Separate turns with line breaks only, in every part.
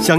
想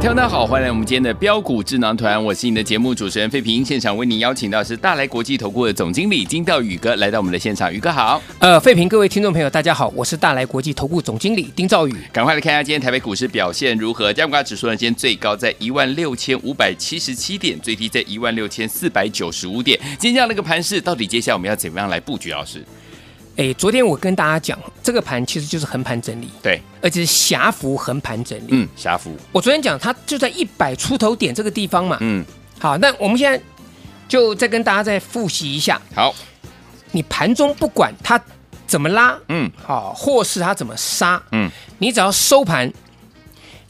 听众大家好，欢迎来我们今天的标股智囊团，我是你的节目主持人费平。现场为您邀请到是大来国际投顾的总经理金道宇哥来到我们的现场，宇哥好，
呃，废品各位听众朋友，大家好，我是大来国际投顾总经理丁兆宇。
赶快来看一下今天台北股市表现如何。加权指数呢，今天最高在一万六千五百七十七点，最低在一万六千四百九十五点。今天这样的一个盘势，到底接下来我们要怎么样来布局？老师，
哎，昨天我跟大家讲，这个盘其实就是横盘整理，
对，
而且是狭幅横盘整理。
嗯，霞福，
我昨天讲它就在一百出头点这个地方嘛。
嗯，
好，那我们现在就再跟大家再复习一下，
好，
你盘中不管它怎么拉，
嗯
好，或是它怎么杀，
嗯，
你只要收盘，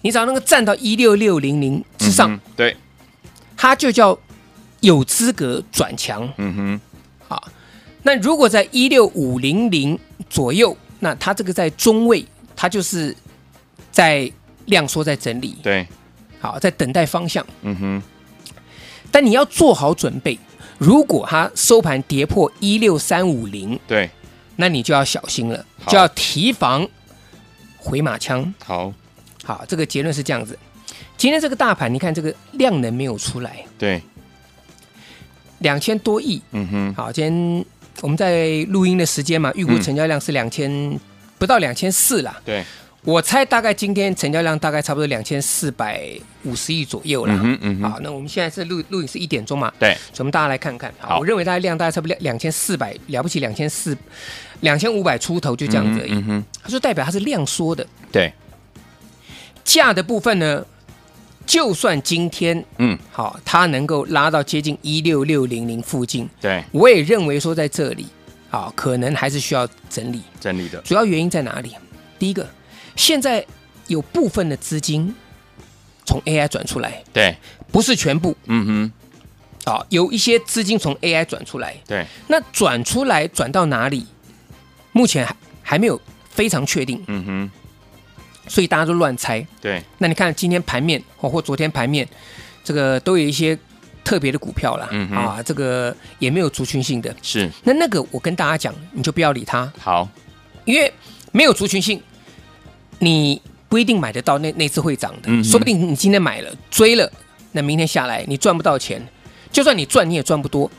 你只要能够站到一六六零零之上，
嗯哼对，
它就叫有资格转强。
嗯哼，
那如果在一六五零零左右，那它这个在中位，它就是在量缩在整理，
对，
好，在等待方向。
嗯哼，
但你要做好准备，如果它收盘跌破一六三五零，
对，
那你就要小心了，
好
就要提防回马枪。
好，
好，这个结论是这样子。今天这个大盘，你看这个量能没有出来，
对，
两千多亿。
嗯哼，
好，今天我们在录音的时间嘛，预估
嗯
成交量是两千、不到两千四啦。
对，
我猜大概今天成交量大概差不多两千四百五十亿左右啦。
嗯哼嗯哼
好，那我们现在是录录影是一点钟嘛？
对，
所以我们大家来看看。好，
好
我认为大概量大概差不多两千四百，了不起两千四、两千五百出头就这样子而已。
嗯哼，
它就代表它是量缩的。
对，
价的部分呢，就算今天
嗯，
好，它能够拉到接近一六六零零附近，
对，
我也认为说在这里，好，可能还是需要整理。
整理的，
主要原因在哪里？第一个，现在有部分的资金从 AI 转出来，
对，
不是全部
嗯哼，
啊、有一些资金从 AI 转出来。
对，
那转出来转到哪里？目前还还没有非常确定，
嗯哼，
所以大家都乱猜。
对，
那你看今天盘面哦或或昨天盘面，这个都有一些特别的股票啦，
嗯哼
啊，这个也没有族群性的。
是，
那那个我跟大家讲，你就不要理它，
好，
因为没有族群性，你不一定买得到那那次会涨的，
嗯哼
说不定你今天买了追了，那明天下来你赚不到钱，就算你赚你也赚不多，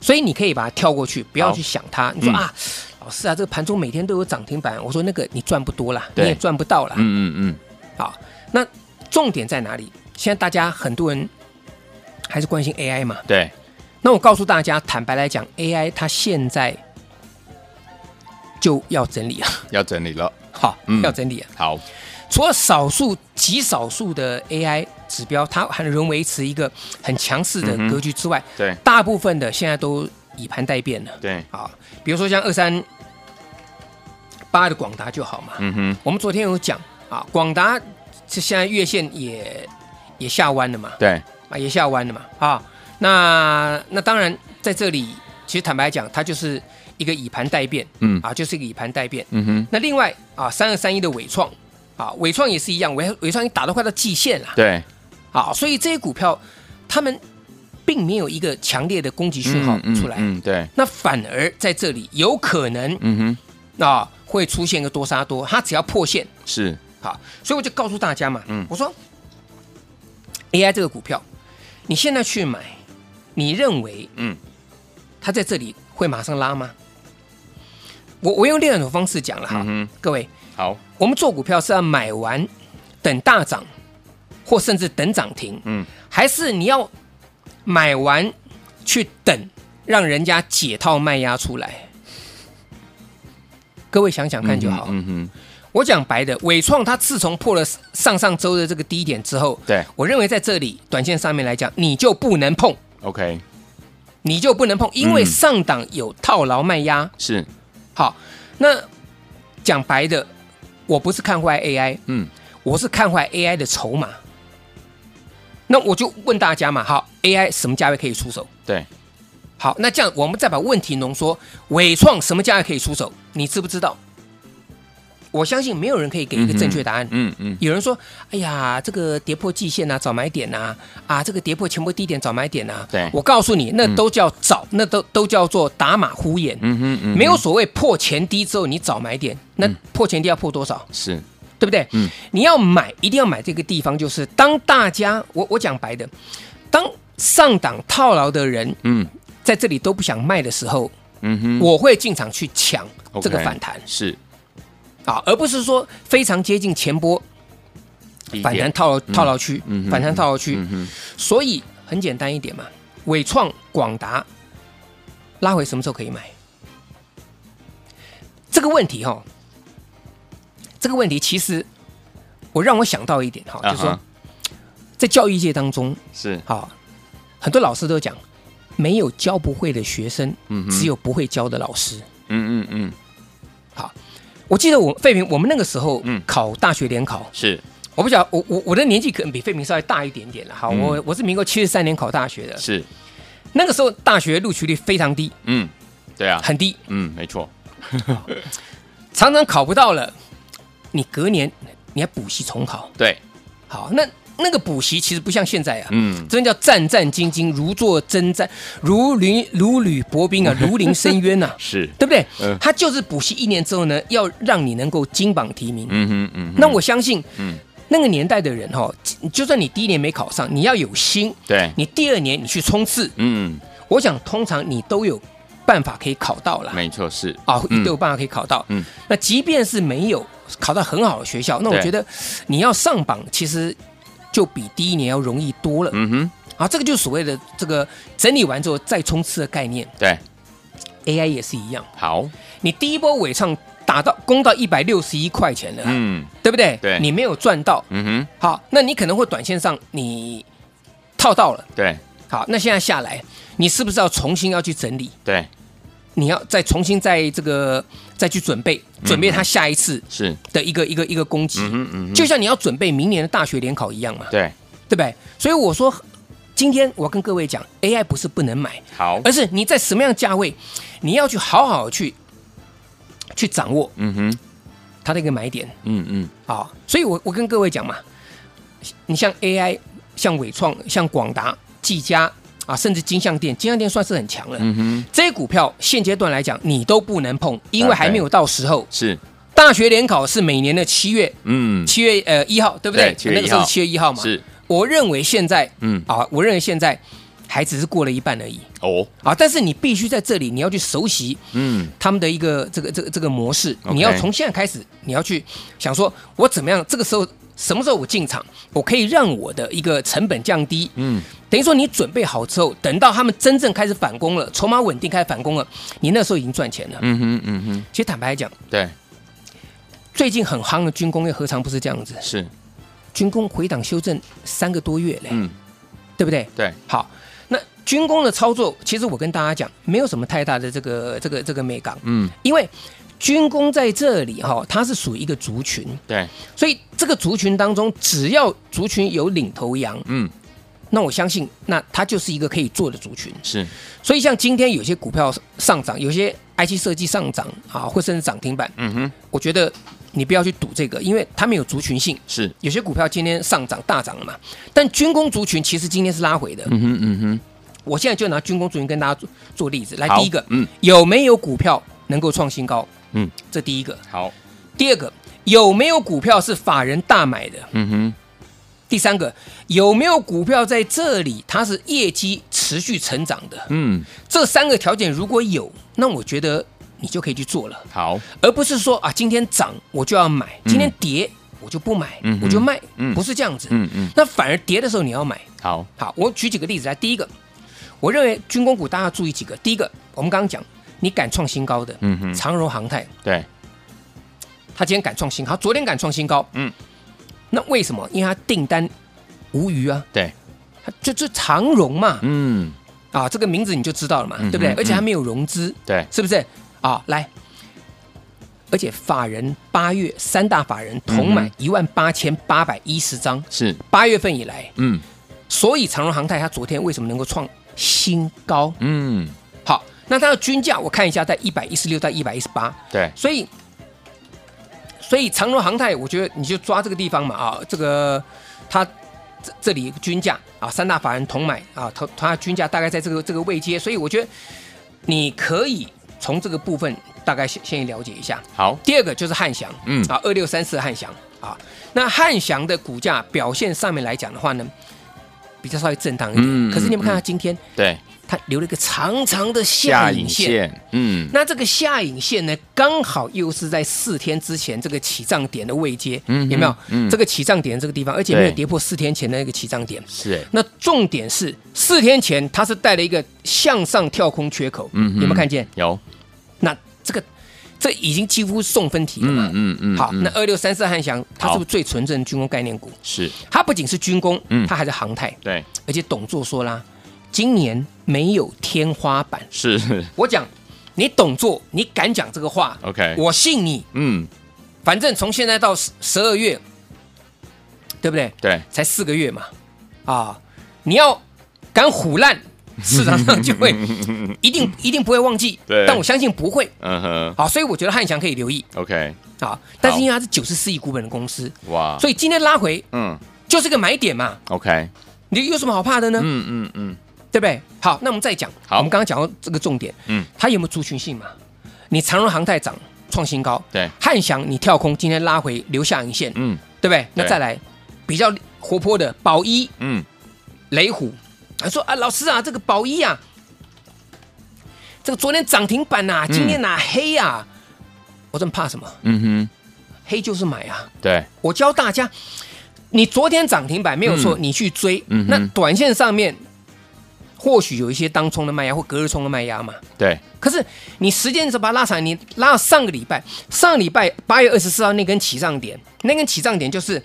所以你可以把它跳过去，不要
好
去想它。你说、
嗯
啊，老师啊，这个盘中每天都有涨停板，我说那个你赚不多啦，你
对
也赚不到啦。
嗯嗯
好，那重点在哪里？现在大家很多人还是关心 AI 嘛，
嗯，对，
那我告诉大家，坦白来讲，AI 它现在就要整理了。
要整理了，
好，
嗯
要整理了。啊
好，
除了少数极少数的 AI 指标，它还能维持一个很强势的
嗯哼
格局之外，
对，
大部分的现在都以盘代变了。
对，
啊，比如说像二三八的广达就好嘛。
嗯哼，
我们昨天有讲啊，广达这现在月线也也下弯了嘛，
对，
啊，也下弯了嘛，啊，那那当然在这里，其实坦白讲，它就是一个以盘代变
嗯，
啊，就是一个以盘代变。
嗯哼，
那另外啊，三二三一的伟创啊，伟创也是一样，伟伟创已经打到快到极限了
对，
啊，所以这些股票他们并没有一个强烈的攻击讯号出来，
嗯，对，
那反而在这里有可能
嗯哼，
啊会出现一个多杀多，它只要破线
是，
好，所以我就告诉大家嘛，
嗯
我说 AI 这个股票，你现在去买，你认为
嗯，
它在这里会马上拉吗？我我用另外一种方式讲了哈，
嗯哼，
各位，
好，
我们做股票是要买完等大涨，或甚至等涨停，
嗯，
还是你要买完去等，让人家解套卖压出来？各位想想看就好。
嗯哼，
我讲白的，伟创它自从破了上上周的这个低点之后，
对
我认为在这里短线上面来讲，你就不能碰，
，OK，
你就不能
嗯
碰，因为上档有套牢卖压。
是，
好，那讲白的，我不是看坏 AI，
嗯，
我是看坏 AI 的筹码。那我就问大家嘛，好，AI 什么价位可以出手？
对，
好，那这样我们再把问题浓缩，伟创什么价位可以出手？你知不知道？我相信没有人可以给一个正确答案。
嗯嗯，
有人说：“哎呀，这个跌破季线呐、早买点呐、啊，这个跌破前波低点，早买点呐、啊
对
我告诉你，那都叫早，那都都叫做打马虎眼，
嗯哼嗯哼，嗯
没有所谓破前低之后你早买点，那破前低要破多少，
是，
对不对？
嗯，
你要买，一定要买这个地方，就是当大家，我我讲白的，当上档套牢的人
嗯
在这里都不想卖的时候，
嗯哼，
我会进场去抢
OK，
这个反弹
是
啊，而不是说非常接近前波
低点
反弹套牢套牢区
嗯，哼
反弹套牢区
嗯。哼，
所以很简单一点嘛，伟创、广达拉回什么时候可以买？这个问题哈、这个问题其实我让我想到一点哈、
啊
就是说
哈
在教育界当中，
是，
哈、很多老师都讲，没有教不会的学生，
嗯哼
只有不会教的老师。
嗯嗯嗯，
我记得我费平，我们那个时候
嗯
考大学联考，
是
我不晓得我我我的年纪可能比费平稍微大一点点了哈，
嗯
我我是民国七十三年考大学的，
是，
那个时候大学录取率非常低，
嗯，对啊，
很低，
嗯，没错，
常常考不到了，你隔年你还补习重考。
对，
好，那那个补习其实不像现在啊，
嗯，，
真叫战战兢兢，如坐针毡，如履如履薄冰啊，如临深渊呐、啊
是，
对不对
嗯？
他就是补习一年之后呢，要让你能够金榜题名。
嗯哼嗯哼，
那我相信，
嗯
那个年代的人哈、就算你第一年没考上，你要有心，
对，
你第二年你去冲刺，
嗯，
我想通常你都有办法可以考到啦。
没错，是，
啊，
嗯
都有办法可以考到。
嗯
那即便是没有考到很好的学校，那我
对
觉得你要上榜，其实就比第一年要容易多了。
嗯哼，
啊，这个就是所谓的这个整理完之后再冲刺的概念
对，
，AI 也是一样。
好，
你第一波尾唱打到攻到一百六十一块钱了，啊
嗯
对不对？
对
你没有赚到，
嗯哼，
好，那你可能会短线上你套到了，
对
好，那现在下来，你是不是要重新要去整理？
对
你要再重新再这个再去准备，准备它下一次
是，
的一个一个一个攻击，
嗯哼嗯哼，
就像你要准备明年的大学联考一样嘛，
对，
对不对？所以我说，今天我要跟各位讲，AI 不是不能买，
好，
而是你在什么样的价位，你要去好好去去掌握
嗯哼，
它的一个买点
嗯嗯，
啊、所以我我跟各位讲嘛，你像 AI、像伟创、像广达、技嘉啊，甚至金像店，金像店算是很强了。
嗯哼，
这些股票现阶段来讲，你都不能碰，因为还没有到时候。
是，
大学联考是每年的七月
嗯，
七月呃一号，对不对
对？7月
那个时
1
候
号
是七月一号嘛。
是，
我认为现在，
嗯
啊，我认为现在还只是过了一半而已
哦，
啊。但是你必须在这里，你要去熟悉
嗯，
他们的一个这个这个这个模式。
OK
你要从现在开始，你要去想说，我怎么样？这个时候什么时候我进场，我可以让我的一个成本降低。
嗯，
等于说你准备好之后，等到他们真正开始反攻了，筹码稳定开始反攻了，你那时候已经赚钱了。
嗯哼嗯哼，
其实坦白讲，
对，
最近很夯的军工业何尝不是这样子？
是，
军工回档修正三个多月嘞，
嗯，
对不对？
对，
好，那军工的操作，其实我跟大家讲，没有什么太大的这个这个这个美感，
嗯，
因为军工在这里哈、它是属于一个族群，
对，
所以这个族群当中，只要族群有领头羊，
嗯，
那我相信，那它就是一个可以做的族群。
是，
所以像今天有些股票上涨，有些 IC 设计上涨啊，或甚至涨停板，
嗯哼，
我觉得你不要去赌这个，因为它没有族群性。
是，
有些股票今天上涨大涨了嘛，但军工族群其实今天是拉回的。
嗯哼嗯哼，
我现在就拿军工族群跟大家做做例子。来，
好
第一个，
嗯
有没有股票能够创新高？
嗯，
这第一个。
好，
第二个，有没有股票是法人大买的？
嗯哼，
第三个，有没有股票在这里它是业绩持续成长的？
嗯，
这三个条件如果有，那我觉得你就可以去做了，
好，
而不是说啊，今天涨我就要买，今天跌我就不买，
嗯嗯哼
我就卖，
嗯
不是这样子。
嗯嗯，
那反而跌的时候你要买。
好，
好，我举几个例子来。第一个，我认为军工股大家要注意几个。
嗯
第一个，我们刚刚讲，你敢创新高的，
嗯哼，
长荣航太
对，
它今天敢创新高，它昨天敢创新高，
嗯，
那为什么？因为它订单无余啊，
对，
它就就长荣嘛，
嗯，
啊，这个名字你就知道了嘛，
嗯
对不对
嗯？
而且它
嗯
没有融资，
对，
是不是？啊，来，而且法人八月三大法人同
嗯
买一万八千八百一十张，
是，
八月份以来，
嗯
所以长荣航太它昨天为什么能够创新高？
嗯，
好，那它的均价我看一下，在一百一十六到一百一十八，
对，
所以，所以长荣航太，我觉得你就抓这个地方嘛啊，这个它这这里均价啊，三大法人同买啊，它它均价大概在这个这个位阶，所以我觉得你可以从这个部分大概先先了解一下。
好，
第二个就是汉翔，
嗯
啊，二六三四汉翔啊，那汉翔的股价表现上面来讲的话呢，比较稍微震荡一点，
嗯
可是你们
嗯
看它今天
对，
它留了一个长长的下影线。，
嗯
那这个下影线呢，刚好又是在四天之前这个起涨点的位阶，
嗯
有没有？
嗯
这个起涨点这个地方，而且没有
对
跌破四天前的那个起涨点。
是，
那重点是四天前它是带了一个向上跳空缺口，
嗯哼
有没有看见？
有，
那这个这已经几乎送分题了嘛
嗯。嗯嗯，
好，
嗯
那二六三四汉翔，它
好
是不是最纯正的军工概念股？
是
它不仅是军工
嗯，
它还是航太，
对，
而且董座说啦，今年没有天花板。
是
我讲，你懂做，你敢讲这个话，
OK，
我信你。
嗯，
反正从现在到十二月，对不对？
对，
才四个月嘛，啊，你要敢虎烂，市场上就 会一定一定不会忘记。
对
但我相信不会。
嗯哼
好，所以我觉得汉翔可以留意
，OK，
啊，但是因为它是九十四亿股本的公司，
哇，
所以今天拉回
嗯
就是个买点嘛，
，OK，
你有什么好怕的呢？
嗯嗯嗯，
对不对？好，那我们再讲，
好
我们刚刚讲到这个重点，
嗯，
它有没有族群性嘛？你长荣航太涨创新高，
对，
汉翔你跳空今天拉回留下影线，
嗯
对不对？那再来比较活泼的宝一、
嗯，
雷虎，他说啊，老师啊，这个宝一啊，这个昨天涨停板呐、啊，今天呐、黑呀、啊，我真怕什么？
嗯
黑就是买啊！
哼，对，
我教大家，你昨天涨停板没有错，你去追，
嗯哼
那短线上面或许有一些当冲的卖压或隔日冲的卖压嘛。
对，
可是你时间是把它拉长，你拉到上个礼拜，上个礼拜八月二十四号那根起涨点，那根起涨点就是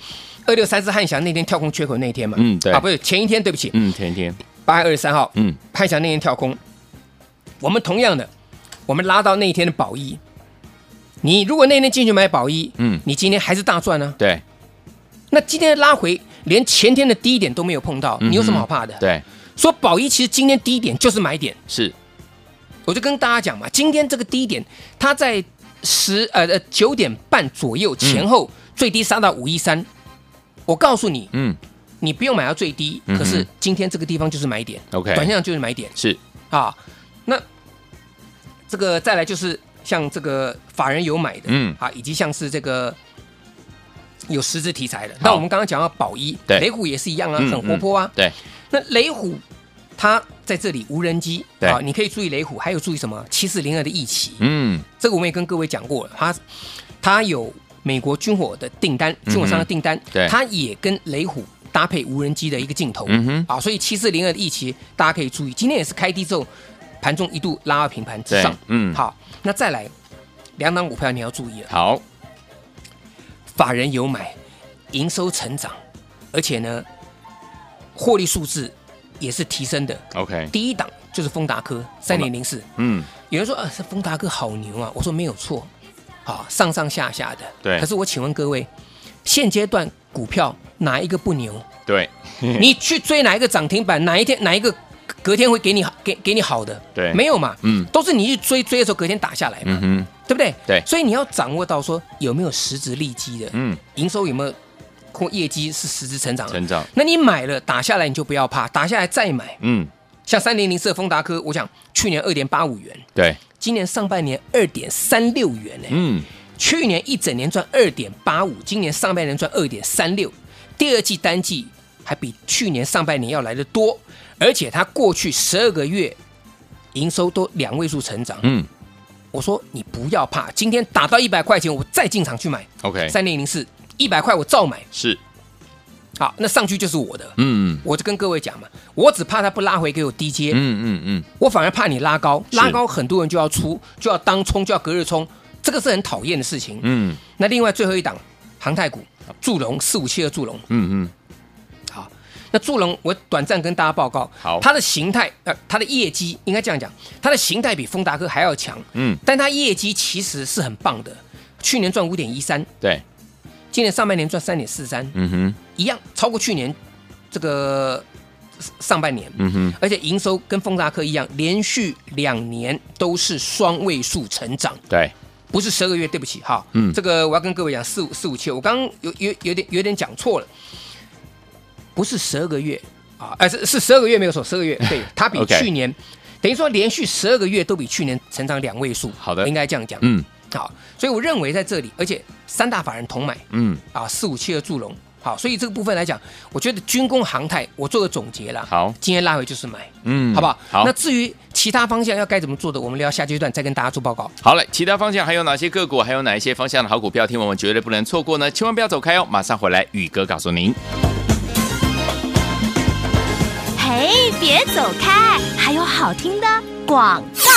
二六三四汉翔那天跳空缺口那天嘛。
嗯对
啊，不是前一天，对不起，
嗯，甜甜，
八月二十三号
嗯，
汉翔那天跳空，我们同样的，我们拉到那一天的宝一，你如果那天进去买宝一，
嗯
你今天还是大赚呢、
对
那今天拉回，连前天的低点都没有碰到，
嗯哼
你有什么好怕的？，
对，
说宝一其实今天低点就是买点。
是，
我就跟大家讲嘛，今天这个低点，它在十呃呃九点半左右前后、最低杀到五一三。我告诉你，
嗯
你不用买到最低，
嗯哼
可是今天这个地方就是买点，
，OK，
短线上就是买点
是，
啊。那这个再来就是像这个法人有买的，
嗯
啊，以及像是这个有实质题材的。那我们刚刚讲到宝一，
对
雷虎也是一样啊，
嗯
很活泼啊。
对，
那雷虎它在这里无人机
对
啊，你可以注意雷虎，还有注意什么？七四零二的义旗，
嗯，
这个我们也跟各位讲过了，它它有美国军火的订单，军火商的订单，
嗯对
它也跟雷虎搭配无人机的一个镜头，
嗯哼
啊，所以七四零二的义旗大家可以注意，今天也是开低之后，盘中一度拉到平盘之上
对，嗯
好，那再来两档股票你要注意了，
好，
法人有买，营收成长，而且呢，获利数字也是提升的，
OK，
第一档就是丰达科三零零四。
嗯，
有人说，呃，这丰达哥好牛啊！我说没有错，啊，上上下下的。
对
可是我请问各位，现阶段股票哪一个不牛？
对
你去追哪一个涨停板？哪一天哪一个隔天会给你好给给你好的？
对
没有嘛？
嗯
都是你去追追的时候，隔天打下来嘛，
嗯哼，
对不对？
对
所以你要掌握到说有没有实质利基的，
嗯，
营收有没有或业绩是实质成长的。
成长，
那你买了打下来，你就不要怕，打下来再买。
嗯，
像三零零四的丰达科，我想去年二点八五元，
对，
今年上半年二点三六元呢、
嗯，
去年一整年赚二点八五，今年上半年赚二点三六，第二季单季还比去年上半年要来的多，而且它过去十二个月营收都两位数成长。
嗯
我说你不要怕，今天打到一百块钱，我再进场去买
，OK，
三零零四，一百块我照买，
是，
好，那上去就是我的。
嗯
我就跟各位讲嘛，我只怕它不拉回给我低阶，
嗯嗯嗯，
我反而怕你拉高，
是
拉高很多人就要出，就要当冲，就要隔日冲，这个是很讨厌的事情。
嗯
那另外最后一档航太股祝融四五七二祝融，
嗯嗯，
好，那祝融我短暂跟大家报告，
好
它的形态呃它的业绩应该这样讲，它的形态比丰达科还要强，
嗯，
但它业绩其实是很棒的，去年赚五点一三，
对，
今年上半年赚三点四三，
嗯哼，
一样超过去年这个上半年，
嗯哼，
而且营收跟丰达科一样，连续两年都是双位数成长。
对，
不是十二个月，对不起，哈，
嗯
这个我要跟各位讲四五四五七，我刚刚有有有点有点讲错了，不是十二个月啊，哎、是是十二个月没有错，十二个月， 对，它比
OK
去年等于说连续十二个月都比去年成长两位数，
好的
应该这样讲，，
嗯
好，所以我认为在这里，而且三大法人同买
嗯，
啊，四五七的祝融，好，所以这个部分来讲，我觉得军工航太我做个总结啦，
好
今天拉回就是买，
嗯，
好不好？
好
那，至于其他方向要该怎么做的，我们聊下阶段再跟大家做报告。
好嘞，其他方向还有哪些个股，还有哪一些方向的好股票，听我们绝对不能错过呢？千万不要走开哦，马上回来，宇哥告诉您。
嘿，别走开，还有好听的广告。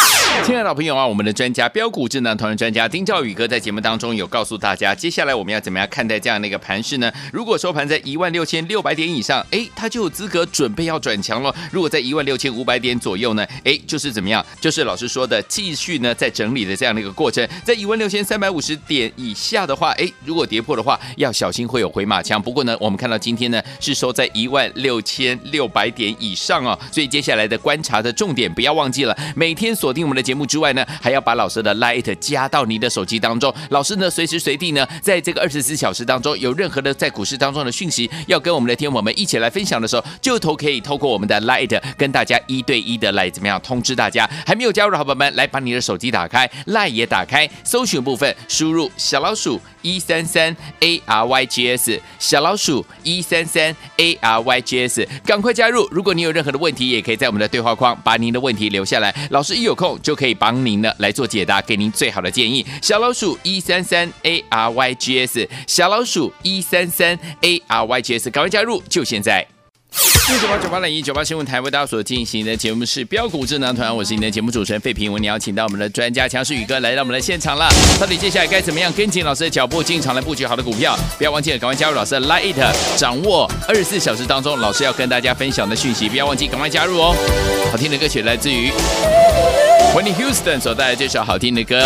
亲爱的老朋友啊，我们的专家标股智能团的专家丁兆宇哥在节目当中有告诉大家，接下来我们要怎么样看待这样的一个盘势呢？如果收盘在一万六千六百点以上，哎，它就有资格准备要转强了；如果在一万六千五百点左右呢，哎，就是怎么样？就是老师说的，继续呢在整理的这样的一个过程，在一万六千三百五十点以下的话，哎，如果跌破的话，要小心会有回马枪。不过呢，我们看到今天呢是收在一万六千六百点以上哦，所以接下来的观察的重点不要忘记了，每天锁定我们的节目之外呢，还要把老师的 Light 加到你的手机当中。老师呢随时随地呢，在这个二十四小时当中，有任何的在股市当中的讯息要跟我们的天友们一起来分享的时候，就都可以透过我们的 Light 跟大家一对一的来怎么样通知大家。还没有加入的好朋友们，来把你的手机打开，Light 也打开，搜寻部分输入小老鼠一三三 A R Y G S 小老鼠一三三 A R Y G S，赶快加入。如果你有任何的问题，也可以在我们的对话框把您的问题留下来，老师一有空就可以帮您呢来做解答，给您最好的建议。小老鼠一三三 A R Y G S，小老鼠一三三 A R Y G S，赶快加入，就现在。六九八九八零一九八新闻台为大家所进行的节目是标股智囊团，我是你的节目主持人费平。我们邀请到我们的专家强势宇哥来到我们的现场了。到底接下来该怎么样跟紧老师的脚步进场来布局好的股票？不要忘记了，赶快加入老师的 Lite，掌握二十四小时当中老师要跟大家分享的讯息，不要忘记赶快加入哦。好听的歌曲来自于 Whitney Houston 所带来这首好听的歌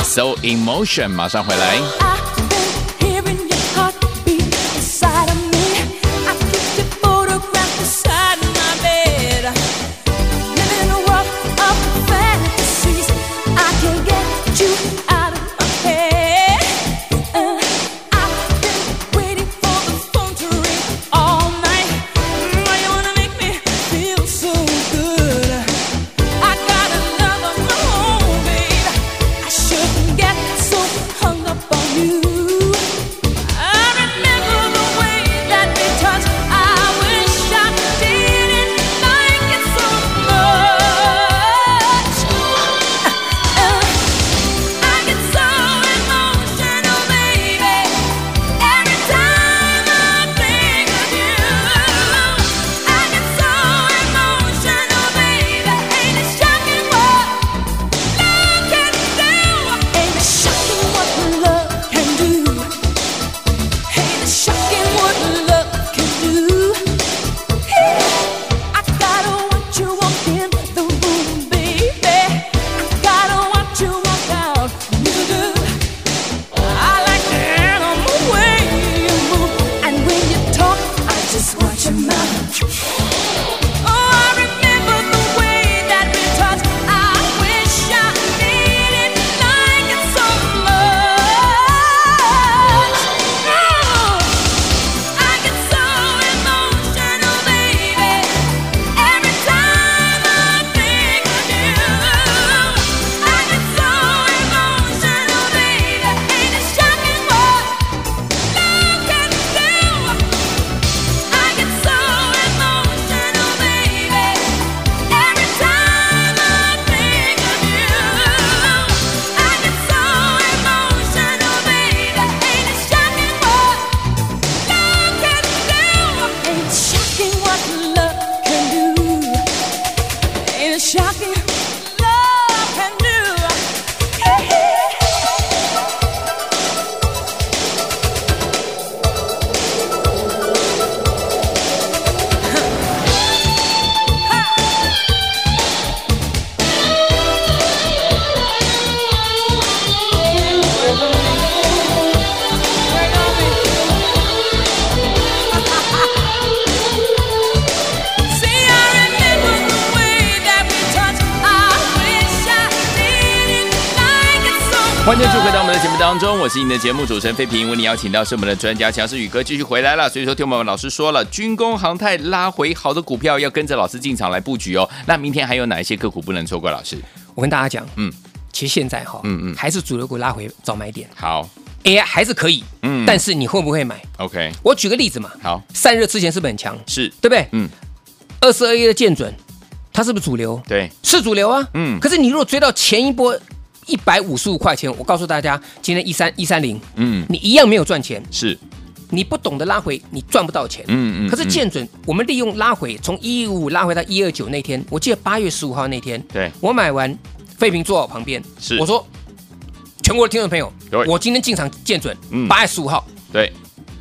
《So Emotion》，马上回来。
I've been hearing your heartbeat inside of me. I keep your photograph beside my bed. Living in a world of fantasies. I can't get you out of my head. I've been waiting for the phone to ring all night. Why you wanna make me feel so good? I got another home, babe. I shouldn't get so hung up on you. I remember the way that we touched. I wish I didn't like it so much. Uh, I get so emotional, baby, every time I think of you. I get so emotional, baby, ain't it shocking what? Love can do. Ain't it shocking what love can do? Ain't it shocking what love can do? I gotta watch you walk in the room, baby. I gotta watch you walk out. You do. I like the animal way you move, and when you talk, I just watch your mouth. Oh, I remember the way that we touched. I wish I didn't like it so much. I get so emotional, baby, every time I think of you. I get so emotional, baby, ain't it shocking what love can do? I get so emotional, baby, every time I think of you. I get so emotional, baby, ain't it shocking what love can do? Ain't it shocking what love can do? Ain't it shocking love can do?
欢迎继续回到我们的节目当中，我是您的节目主持人费平，为您邀请到是我们的专家强势宇哥继续回来了。所以说，听我们老师说了，军工航太拉回好的股票要跟着老师进场来布局哦。那明天还有哪一些个股不能错过？老师，
我跟大家讲，
嗯
嗯，其实现在哈，
嗯
嗯
嗯
嗯，还是主流股拉回找买点
好
，AI 还是可以，
嗯
嗯，但是你会不会买？
，OK，
我举个例子嘛，
好，
散热之前是不是很强？
是，
对不对？
嗯，
二四二一的见准，它是不是主流？
对，
是主流啊，
嗯
嗯。可是你如果追到前一波一百五十五块钱，我告诉大家，今天一三一三零，
嗯，
你一样没有赚钱，
是，
你不懂得拉回，你赚不到钱。
嗯嗯
可是
嗯
见准，我们利用拉回，从一五五拉回到一二九那天，我记得八月十五号那天，
对
我买完，废平坐我旁边，
是
我说，全国的听众朋友
对，
我今天进场见准
嗯，
八月十五号，
对，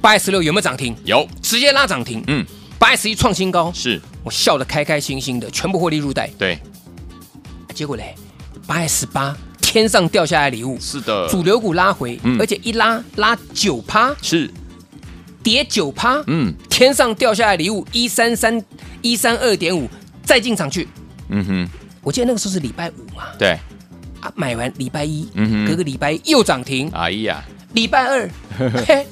八月十六有没有涨停？
有，
直接拉涨停，
嗯，
八月十一创新高，
是，
我笑得开开心心的，全部获利入袋。
对，
结果嘞，八月十八天上掉下来礼物，
是的，
主流股拉回，
呃嗯
而且一拉拉九趴，
是，
跌九趴，
嗯
天上掉下来礼物一三三一三二点五，再进场去。
嗯哼，
我记得那个时候是礼拜五嘛，
对，
啊，买完礼拜一，
嗯哼
隔个礼拜一又涨停，
哎呀，
礼拜 二，嘿，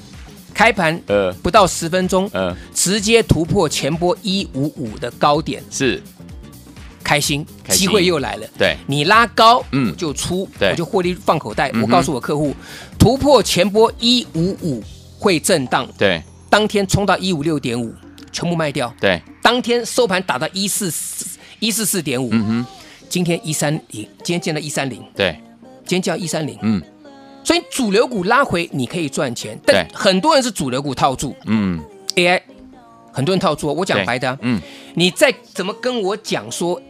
开盘
呃
不到十分钟，
呃，
直接突破前波一五五的高点，
是，
开心，
开心
机会又来了。
对，
你拉高，
嗯
嗯，我就出，
对嗯
我就获利放口袋。
哼
我告诉我客户，突破前波一五五会震荡，
对
当天冲到一五六点五，全部卖掉。
对，
当天收盘打到一四一四四点五，
嗯哼，
今天一三零，今天见到一三零，
对，
今天叫一三零。
嗯
所以主流股拉回你可以赚钱，但
对
很多人是主流股套住
嗯，
AI，很多人套住哦。我
对
讲白的啊、
嗯，
你再怎么跟我讲说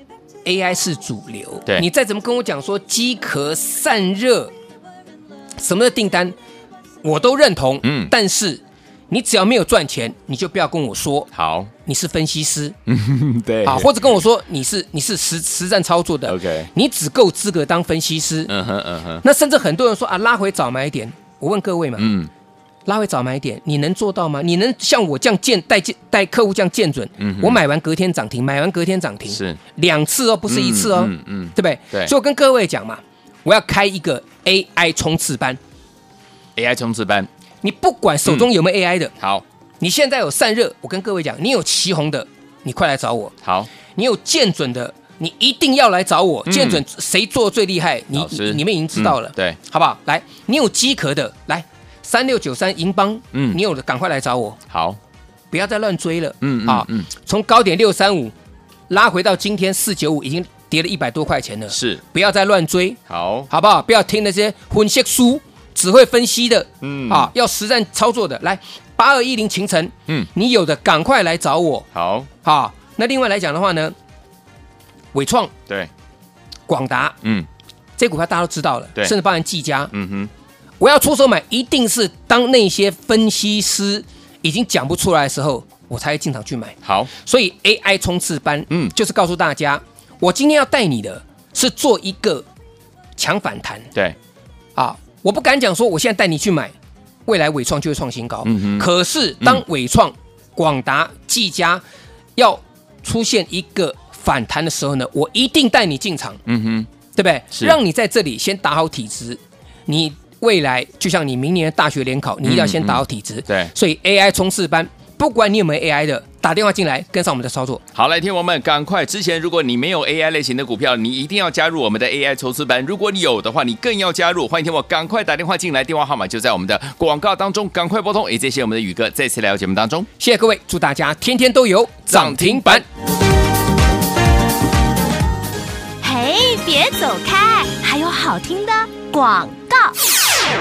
AI 是主流，
对
你再怎么跟我讲说机壳散热什么的订单，我都认同。
嗯
但是你只要没有赚钱，你就不要跟我说
好，
你是分析师
嗯，对
啊，或者跟我说你是你是实实战操作的
OK
你只够资格当分析师。
嗯哼嗯哼，
那甚至很多人说啊，拉回早买点。我问各位嘛，
嗯，
拉回早买点，你能做到吗？你能像我这样见带见带客户这样见准？我买完隔天涨停，买完隔天涨停，
嗯是
两次哦，不是一次哦，
嗯嗯嗯
对不对？
对
所以我跟各位讲嘛，我要开一个 AI 冲刺班，
AI 冲刺班，
你不管手中有没有 AI 的，
好，
你现在有散热，我跟各位讲，你有旗红的，你快来找我；
好，
你有见准的，你一定要来找我。
嗯
见准谁做最厉害，你
老师
你你们已经知道了，
嗯对，
好不好？来，你有机壳的，来三六九三银邦，
嗯
嗯，你有的赶快来找我。
好，
不要再乱追了。
嗯嗯
啊，
嗯
从高点六三五拉回到今天四九五，已经跌了一百多块钱了。
是，
不要再乱追，
好，
好不好？不要听那些混血书，只会分析的，
嗯
啊，要实战操作的。来，八二一零秦城，
嗯，
你有的赶快来找我，
好，
啊。那另外来讲的话呢，伟创、
对，
广达
嗯
这股票大家都知道了，
对
甚至包含技嘉，
嗯哼，
我要出手买，一定是当那些分析师已经讲不出来的时候，我才会进场去买。
好，
所以 AI 冲刺班，
嗯
嗯，就是告诉大家，我今天要带你的是做一个强反弹
对，
啊！我不敢讲说我现在带你去买，未来伟创就会创新高，
嗯哼
可是当伟创、广达、技嘉要出现一个反弹的时候呢，我一定带你进场，
嗯哼，
对不对？
是
让你在这里先打好体质，你未来就像你明年的大学联考，你一定要先打好体质。
嗯对
所以 AI 冲刺班，不管你有没有 AI 的，打电话进来跟上我们的操作。
好，来，天王们，赶快！之前如果你没有 AI 类型的股票，你一定要加入我们的 AI 抽资班；如果你有的话，你更要加入。欢迎天王，赶快打电话进来，电话号码就在我们的广告当中，赶快拨通。也谢谢我们的宇哥再次来到节目当中。
谢谢各位，祝大家天天都有涨停板。
嘿，别走开，还有好听的广告。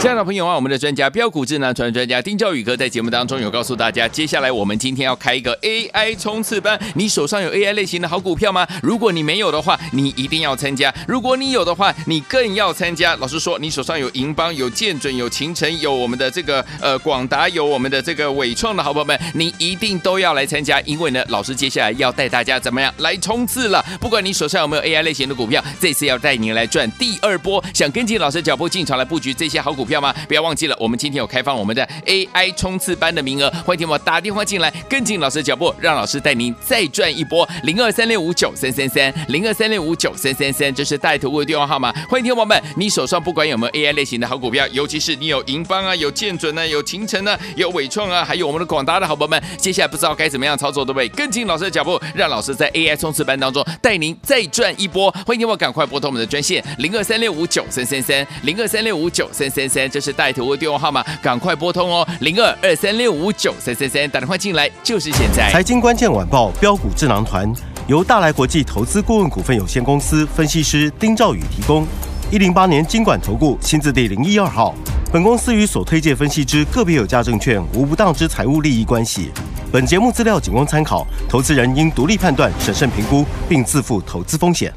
亲爱的朋友啊，我们的专家标股智能传专家丁兆宇哥在节目当中有告诉大家，接下来我们今天要开一个 AI 冲刺班。你手上有 AI 类型的好股票吗？如果你没有的话，你一定要参加；如果你有的话，你更要参加。老师说，你手上有银邦、有建准、有秦城、有我们的这个呃广达、有我们的这个伟创的好朋友们，你一定都要来参加，因为呢，老师接下来要带大家怎么样来冲刺了。不管你手上有没有 AI 类型的股票，这次要带您来赚第二波。想跟紧老师脚步进场来布局这些好股。股票吗？不要忘记了，我们今天有开放我们的 AI 冲刺班的名额，欢迎听我打电话进来，跟紧老师的脚步，让老师带您再赚一波。零二三六五九三三三，零二三六五九三三三，这是带头的电话号码。欢迎听我们，你手上不管有没有 AI 类型的好股票，尤其是你有银邦啊、有建准啊、有秦城啊、有伟创啊，还有我们的广达的好朋友们，接下来不知道该怎么样操作，对不对？跟紧老师的脚步，让老师在 AI 冲刺班当中带您再赚一波。欢迎听我赶快拨通我们的专线零二三六五九三三三，零二三六五九三三三，这是带头的电话号码，赶快拨通哦，零二二三六五九三三三，打电话进来就是现在。
财经关键晚报标股智囊团由大来国际投资顾问股份有限公司分析师丁兆宇提供。一零八年经管投顾新字第零一二号。本公司与所推介分析之个别有价证券无不当之财务利益关系。本节目资料仅供参考，投资人应独立判断、审慎评估，并自负投资风险。